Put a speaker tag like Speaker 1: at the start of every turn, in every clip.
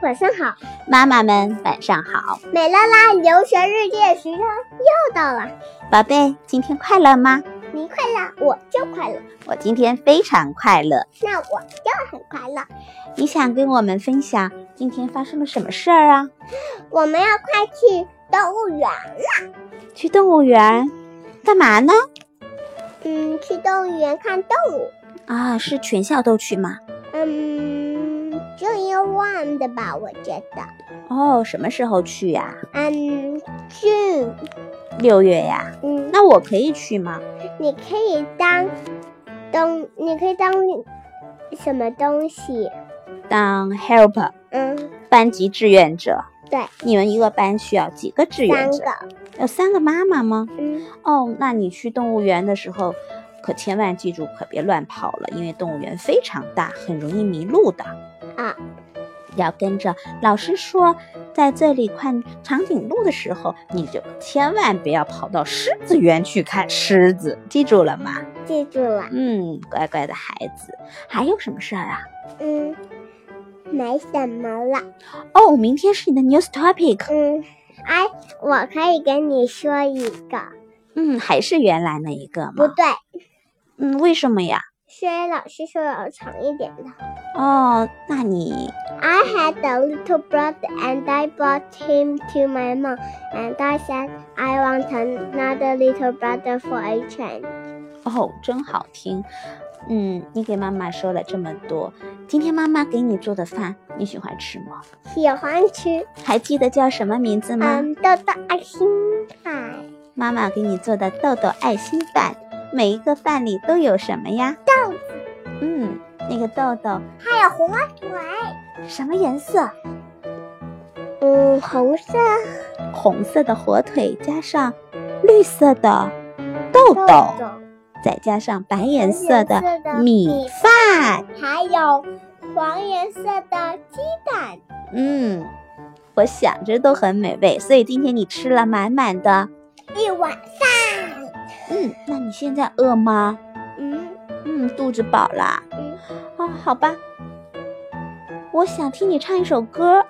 Speaker 1: 晚上好，
Speaker 2: 妈妈们晚上好，
Speaker 1: 美拉拉留学日记的时间又到了，
Speaker 2: 宝贝，今天快乐吗？
Speaker 1: 你快乐我就快乐，
Speaker 2: 我今天非常快乐。
Speaker 1: 那我就很快乐。
Speaker 2: 你想跟我们分享今天发生了什么事儿啊？
Speaker 1: 我们要快去动物园，
Speaker 2: 去动物园干嘛呢？
Speaker 1: 嗯，去动物园看动物，
Speaker 2: 啊，是全校都去吗？
Speaker 1: 嗯，只有一万的吧，我觉得，
Speaker 2: 哦，什么时候去呀、
Speaker 1: 嗯，去，
Speaker 2: 六月呀、
Speaker 1: 嗯，
Speaker 2: 那我可以去吗？
Speaker 1: 你可以当东，你可以当什么东西？
Speaker 2: 当 helper
Speaker 1: 嗯，
Speaker 2: 班级志愿者。
Speaker 1: 对，
Speaker 2: 你们一个班需要几个
Speaker 1: 三
Speaker 2: 志愿者？
Speaker 1: 个，
Speaker 2: 有三个妈妈吗？
Speaker 1: 嗯，
Speaker 2: 哦，那你去动物园的时候，可千万记住，可别乱跑了，因为动物园非常大，很容易迷路的。
Speaker 1: 啊，
Speaker 2: 要跟着老师说，在这里看长颈鹿的时候，你就千万不要跑到狮子园去看狮子，记住了吗？
Speaker 1: 记住了，
Speaker 2: 嗯，乖乖的孩子。还有什么事儿啊？
Speaker 1: 嗯，没什么了。
Speaker 2: 哦，明天是你的 news topic。
Speaker 1: 嗯，哎，我可以跟你说一个，
Speaker 2: 嗯，还是原来那一个
Speaker 1: 不
Speaker 2: 吗？
Speaker 1: 对，
Speaker 2: 嗯，为什么呀？
Speaker 1: 是老师说要长一点的。
Speaker 2: 哦，那你
Speaker 1: I had a little brother and I brought him to my mom and I said I want another little brother for a change.
Speaker 2: 哦，真好听。嗯，你给妈妈说了这么多，今天妈妈给你做的饭，你喜欢吃吗？
Speaker 1: 喜欢吃，
Speaker 2: 还记得叫什么名字吗？
Speaker 1: 嗯，豆豆爱心饭，
Speaker 2: 妈妈给你做的豆豆爱心饭，每一个饭里都有什么呀？豆子。嗯，那个豆豆
Speaker 1: 还有火腿，
Speaker 2: 什么颜色？
Speaker 1: 嗯，红色
Speaker 2: 红色的火腿加上绿色的豆豆，再加加上白颜色的
Speaker 1: 白颜色的米
Speaker 2: 米饭。
Speaker 1: 还有黄颜色的鸡蛋。
Speaker 2: 嗯，我想着都很美味，所以今天你吃了满满的。
Speaker 1: 一晚上，
Speaker 2: 嗯，那你现在饿吗？
Speaker 1: 嗯
Speaker 2: 嗯，肚子饱啦。
Speaker 1: 嗯，
Speaker 2: 啊，好吧，我想听你唱一首歌。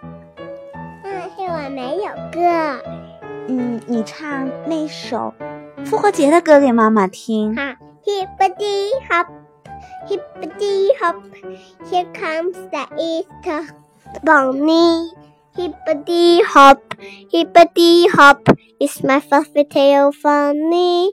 Speaker 1: 但是我没有歌。
Speaker 2: 嗯，你唱那首复活节的歌给妈妈听。
Speaker 1: 哈，hippity hop。Hippity hop, here comes the Easter bunny. Hippity hop, hippity hop, it's my fluffy tail funny.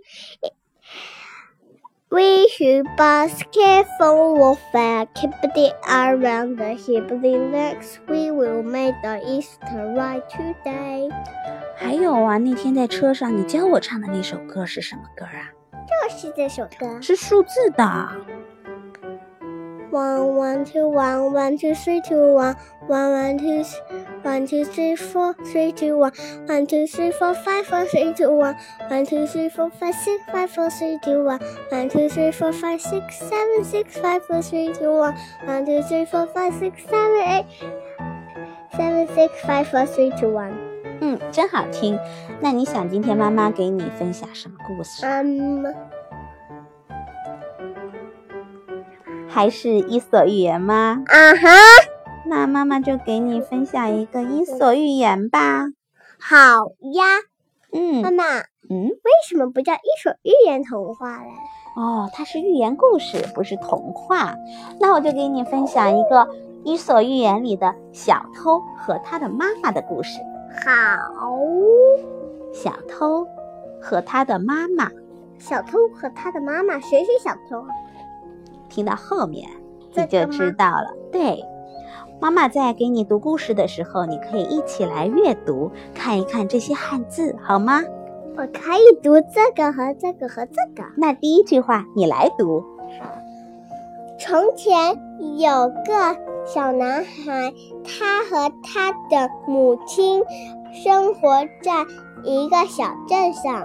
Speaker 1: We should pass careful warfare, hippity around the hippity legs. We will make the Easter right today.
Speaker 2: 还有啊，那天在车上你教我唱的那首歌是什么歌啊？
Speaker 1: 这是这首歌。
Speaker 2: 是数字的。
Speaker 1: One one two one one two three two one one one two s- one two three four three two one one two three four five four three two one one two three four five six five four three two one one two three four five six seven six five four three two one one two three four five six seven eight seven six five four three two one
Speaker 2: 嗯，真好听。那你想今天妈妈给你分享什么故事？
Speaker 1: 嗯
Speaker 2: 还是《伊索寓言》吗？
Speaker 1: 啊哈
Speaker 2: 那妈妈就给你分享一个《伊索寓言》吧。
Speaker 1: 好呀，妈
Speaker 2: 嗯
Speaker 1: 妈，为
Speaker 2: 嗯，
Speaker 1: 什么不叫一首寓言童话嘞？
Speaker 2: 哦，它是寓言故事，不是童话。那我就给你分享一个《伊索寓言》里的小偷和他的妈妈的故事。
Speaker 1: 好。
Speaker 2: 小偷和他的妈妈，
Speaker 1: 小偷和他的妈妈，谁是小偷啊？
Speaker 2: 听到后面你
Speaker 1: 这
Speaker 2: 就
Speaker 1: 个吗
Speaker 2: 知道了。对，妈妈在给你读故事的时候，你可以一起来阅读，看一看这些汉字，好吗？
Speaker 1: 我可以读这个和这个和这个。
Speaker 2: 那第一句话你来读。
Speaker 1: 从前有个小男孩，他和他的母亲生活在一个小镇上。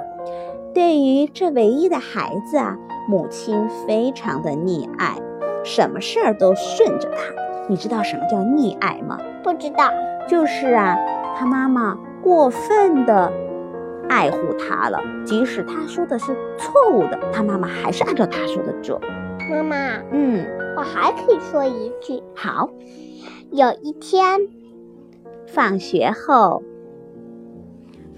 Speaker 2: 对于这唯一的孩子啊，母亲非常的溺爱，什么事儿都顺着他。你知道什么叫溺爱吗？
Speaker 1: 不知道，
Speaker 2: 就是啊，他妈妈过分的爱护他了，即使他说的是错误的，他妈妈还是按照他说的做。
Speaker 1: 妈妈，
Speaker 2: 嗯，
Speaker 1: 我还可以说一句：
Speaker 2: 好，
Speaker 1: 有一天，
Speaker 2: 放学后，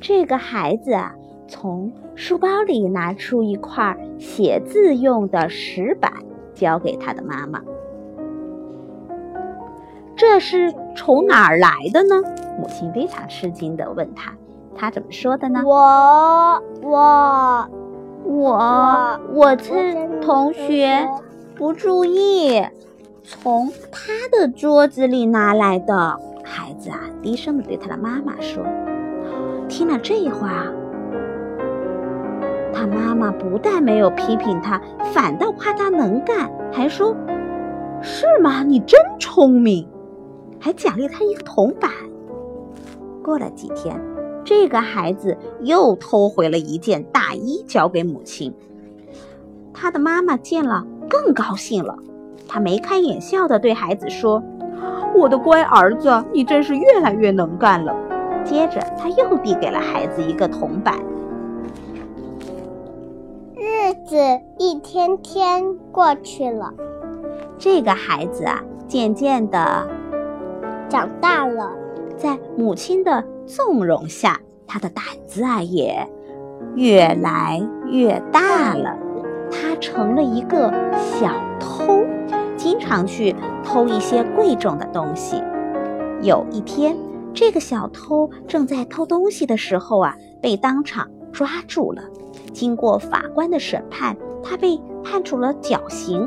Speaker 2: 这个孩子啊，从书包里拿出一块写字用的石板，交给他的妈妈。这是从哪儿来的呢？母亲非常吃惊地问他，他怎么说的呢？
Speaker 1: 我我
Speaker 2: 我我趁同学不注意，从他的桌子里拿来的。孩子啊，低声的对他的妈妈说：“听了这话，他妈妈不但没有批评他，反倒夸他能干，还说：‘是吗？你真聪明！’还奖励他一个铜板。”过了几天，这个孩子又偷回了一件大衣，交给母亲。他的妈妈见了更高兴了，她眉开眼笑的对孩子说：“我的乖儿子，你真是越来越能干了。”接着，他又递给了孩子一个铜板。
Speaker 1: 日子一天天过去了，
Speaker 2: 这个孩子啊，渐渐的
Speaker 1: 长大了，
Speaker 2: 在母亲的纵容下，他的胆子啊也越来越大了。他成了一个小偷，经常去偷一些贵重的东西。有一天，这个小偷正在偷东西的时候啊，被当场抓住了。经过法官的审判，他被判处了绞刑。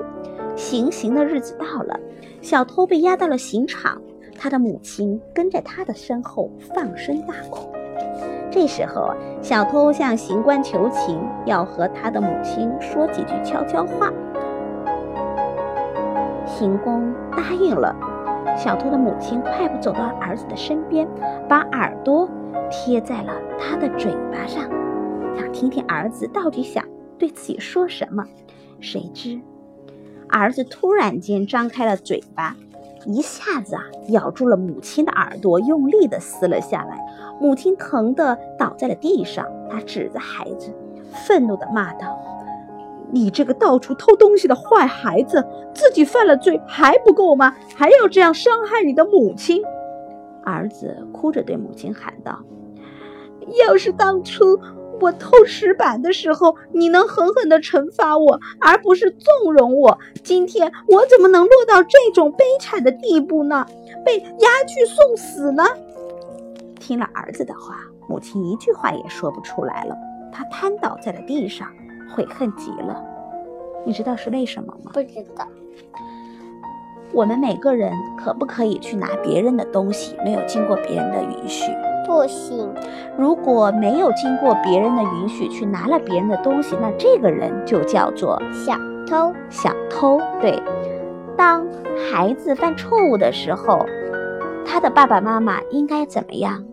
Speaker 2: 行刑的日子到了，小偷被押到了刑场。他的母亲跟在他的身后放声大哭。这时候啊，小偷向刑官求情，要和他的母亲说几句悄悄话。刑工答应了。小偷的母亲快步走到儿子的身边，把耳朵贴在了他的嘴巴上，想听听儿子到底想对自己说什么。谁知，儿子突然间张开了嘴巴，一下子啊咬住了母亲的耳朵，用力的撕了下来。母亲疼得倒在了地上，她指着孩子，愤怒的骂道：“你这个到处偷东西的坏孩子，自己犯了罪还不够吗？还要这样伤害你的母亲！”儿子哭着对母亲喊道：“要是当初我偷石板的时候，你能狠狠地惩罚我，而不是纵容我，今天我怎么能落到这种悲惨的地步呢？被押去送死呢？”听了儿子的话，母亲一句话也说不出来了，她瘫倒在了地上，悔恨极了。你知道是为什么吗？
Speaker 1: 不知道。
Speaker 2: 我们每个人可不可以去拿别人的东西，没有经过别人的允许？
Speaker 1: 不行，
Speaker 2: 如果没有经过别人的允许去拿了别人的东西，那这个人就叫做
Speaker 1: 小偷
Speaker 2: 小偷。对，当孩子犯错误的时候，他的爸爸妈妈应该怎么样？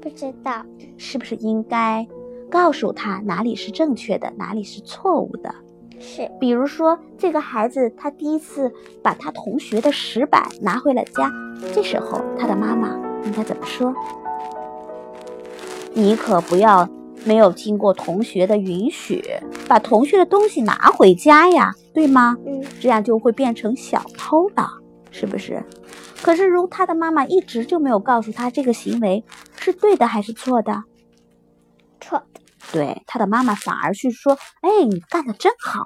Speaker 1: 不知道，
Speaker 2: 是不是应该告诉他哪里是正确的，哪里是错误的？
Speaker 1: 是
Speaker 2: 比如说，这个孩子他第一次把他同学的石板拿回了家，这时候他的妈妈应该怎么说？你可不要没有经过同学的允许，把同学的东西拿回家呀，对吗？
Speaker 1: 嗯，
Speaker 2: 这样就会变成小偷了，是不是？可是如果他的妈妈一直就没有告诉他这个行为是对的还是错的，
Speaker 1: 错的，
Speaker 2: 对他的妈妈反而去说：“哎，你干的真好。”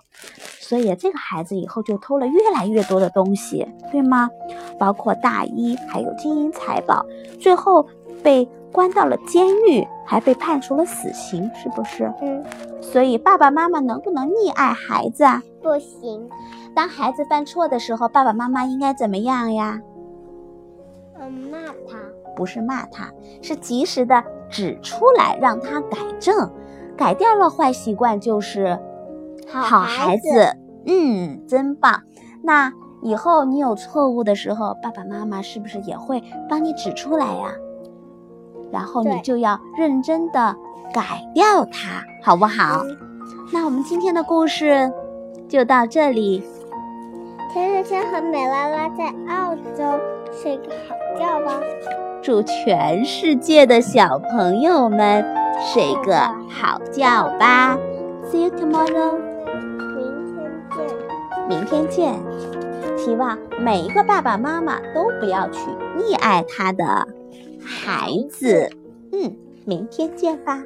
Speaker 2: 所以这个孩子以后就偷了越来越多的东西，对吗？包括大衣，还有金银财宝，最后被关到了监狱，还被判处了死刑，是不是？
Speaker 1: 嗯，
Speaker 2: 所以爸爸妈妈能不能溺爱孩子啊？
Speaker 1: 不行，
Speaker 2: 当孩子犯错的时候，爸爸妈妈应该怎么样呀？
Speaker 1: 嗯，骂他，
Speaker 2: 不是骂他，是及时的指出来，让他改正，改掉了坏习惯，就是好孩
Speaker 1: 哦子，
Speaker 2: 子，嗯，真棒。那以后你有错误的时候，爸爸妈妈是不是也会帮你指出来呀、然后你
Speaker 1: 对
Speaker 2: 就要认真的改掉它，好不好？
Speaker 1: 嗯
Speaker 2: 那我们今天的故事就到这里，
Speaker 1: 甜甜圈和美拉拉在澳洲睡个好觉吧，
Speaker 2: 祝全世界的小朋友们睡个好觉吧。See you tomorrow.
Speaker 1: 明天见。
Speaker 2: 明天见。希望每一个爸爸妈妈都不要去溺爱他的孩子。嗯，明天见吧。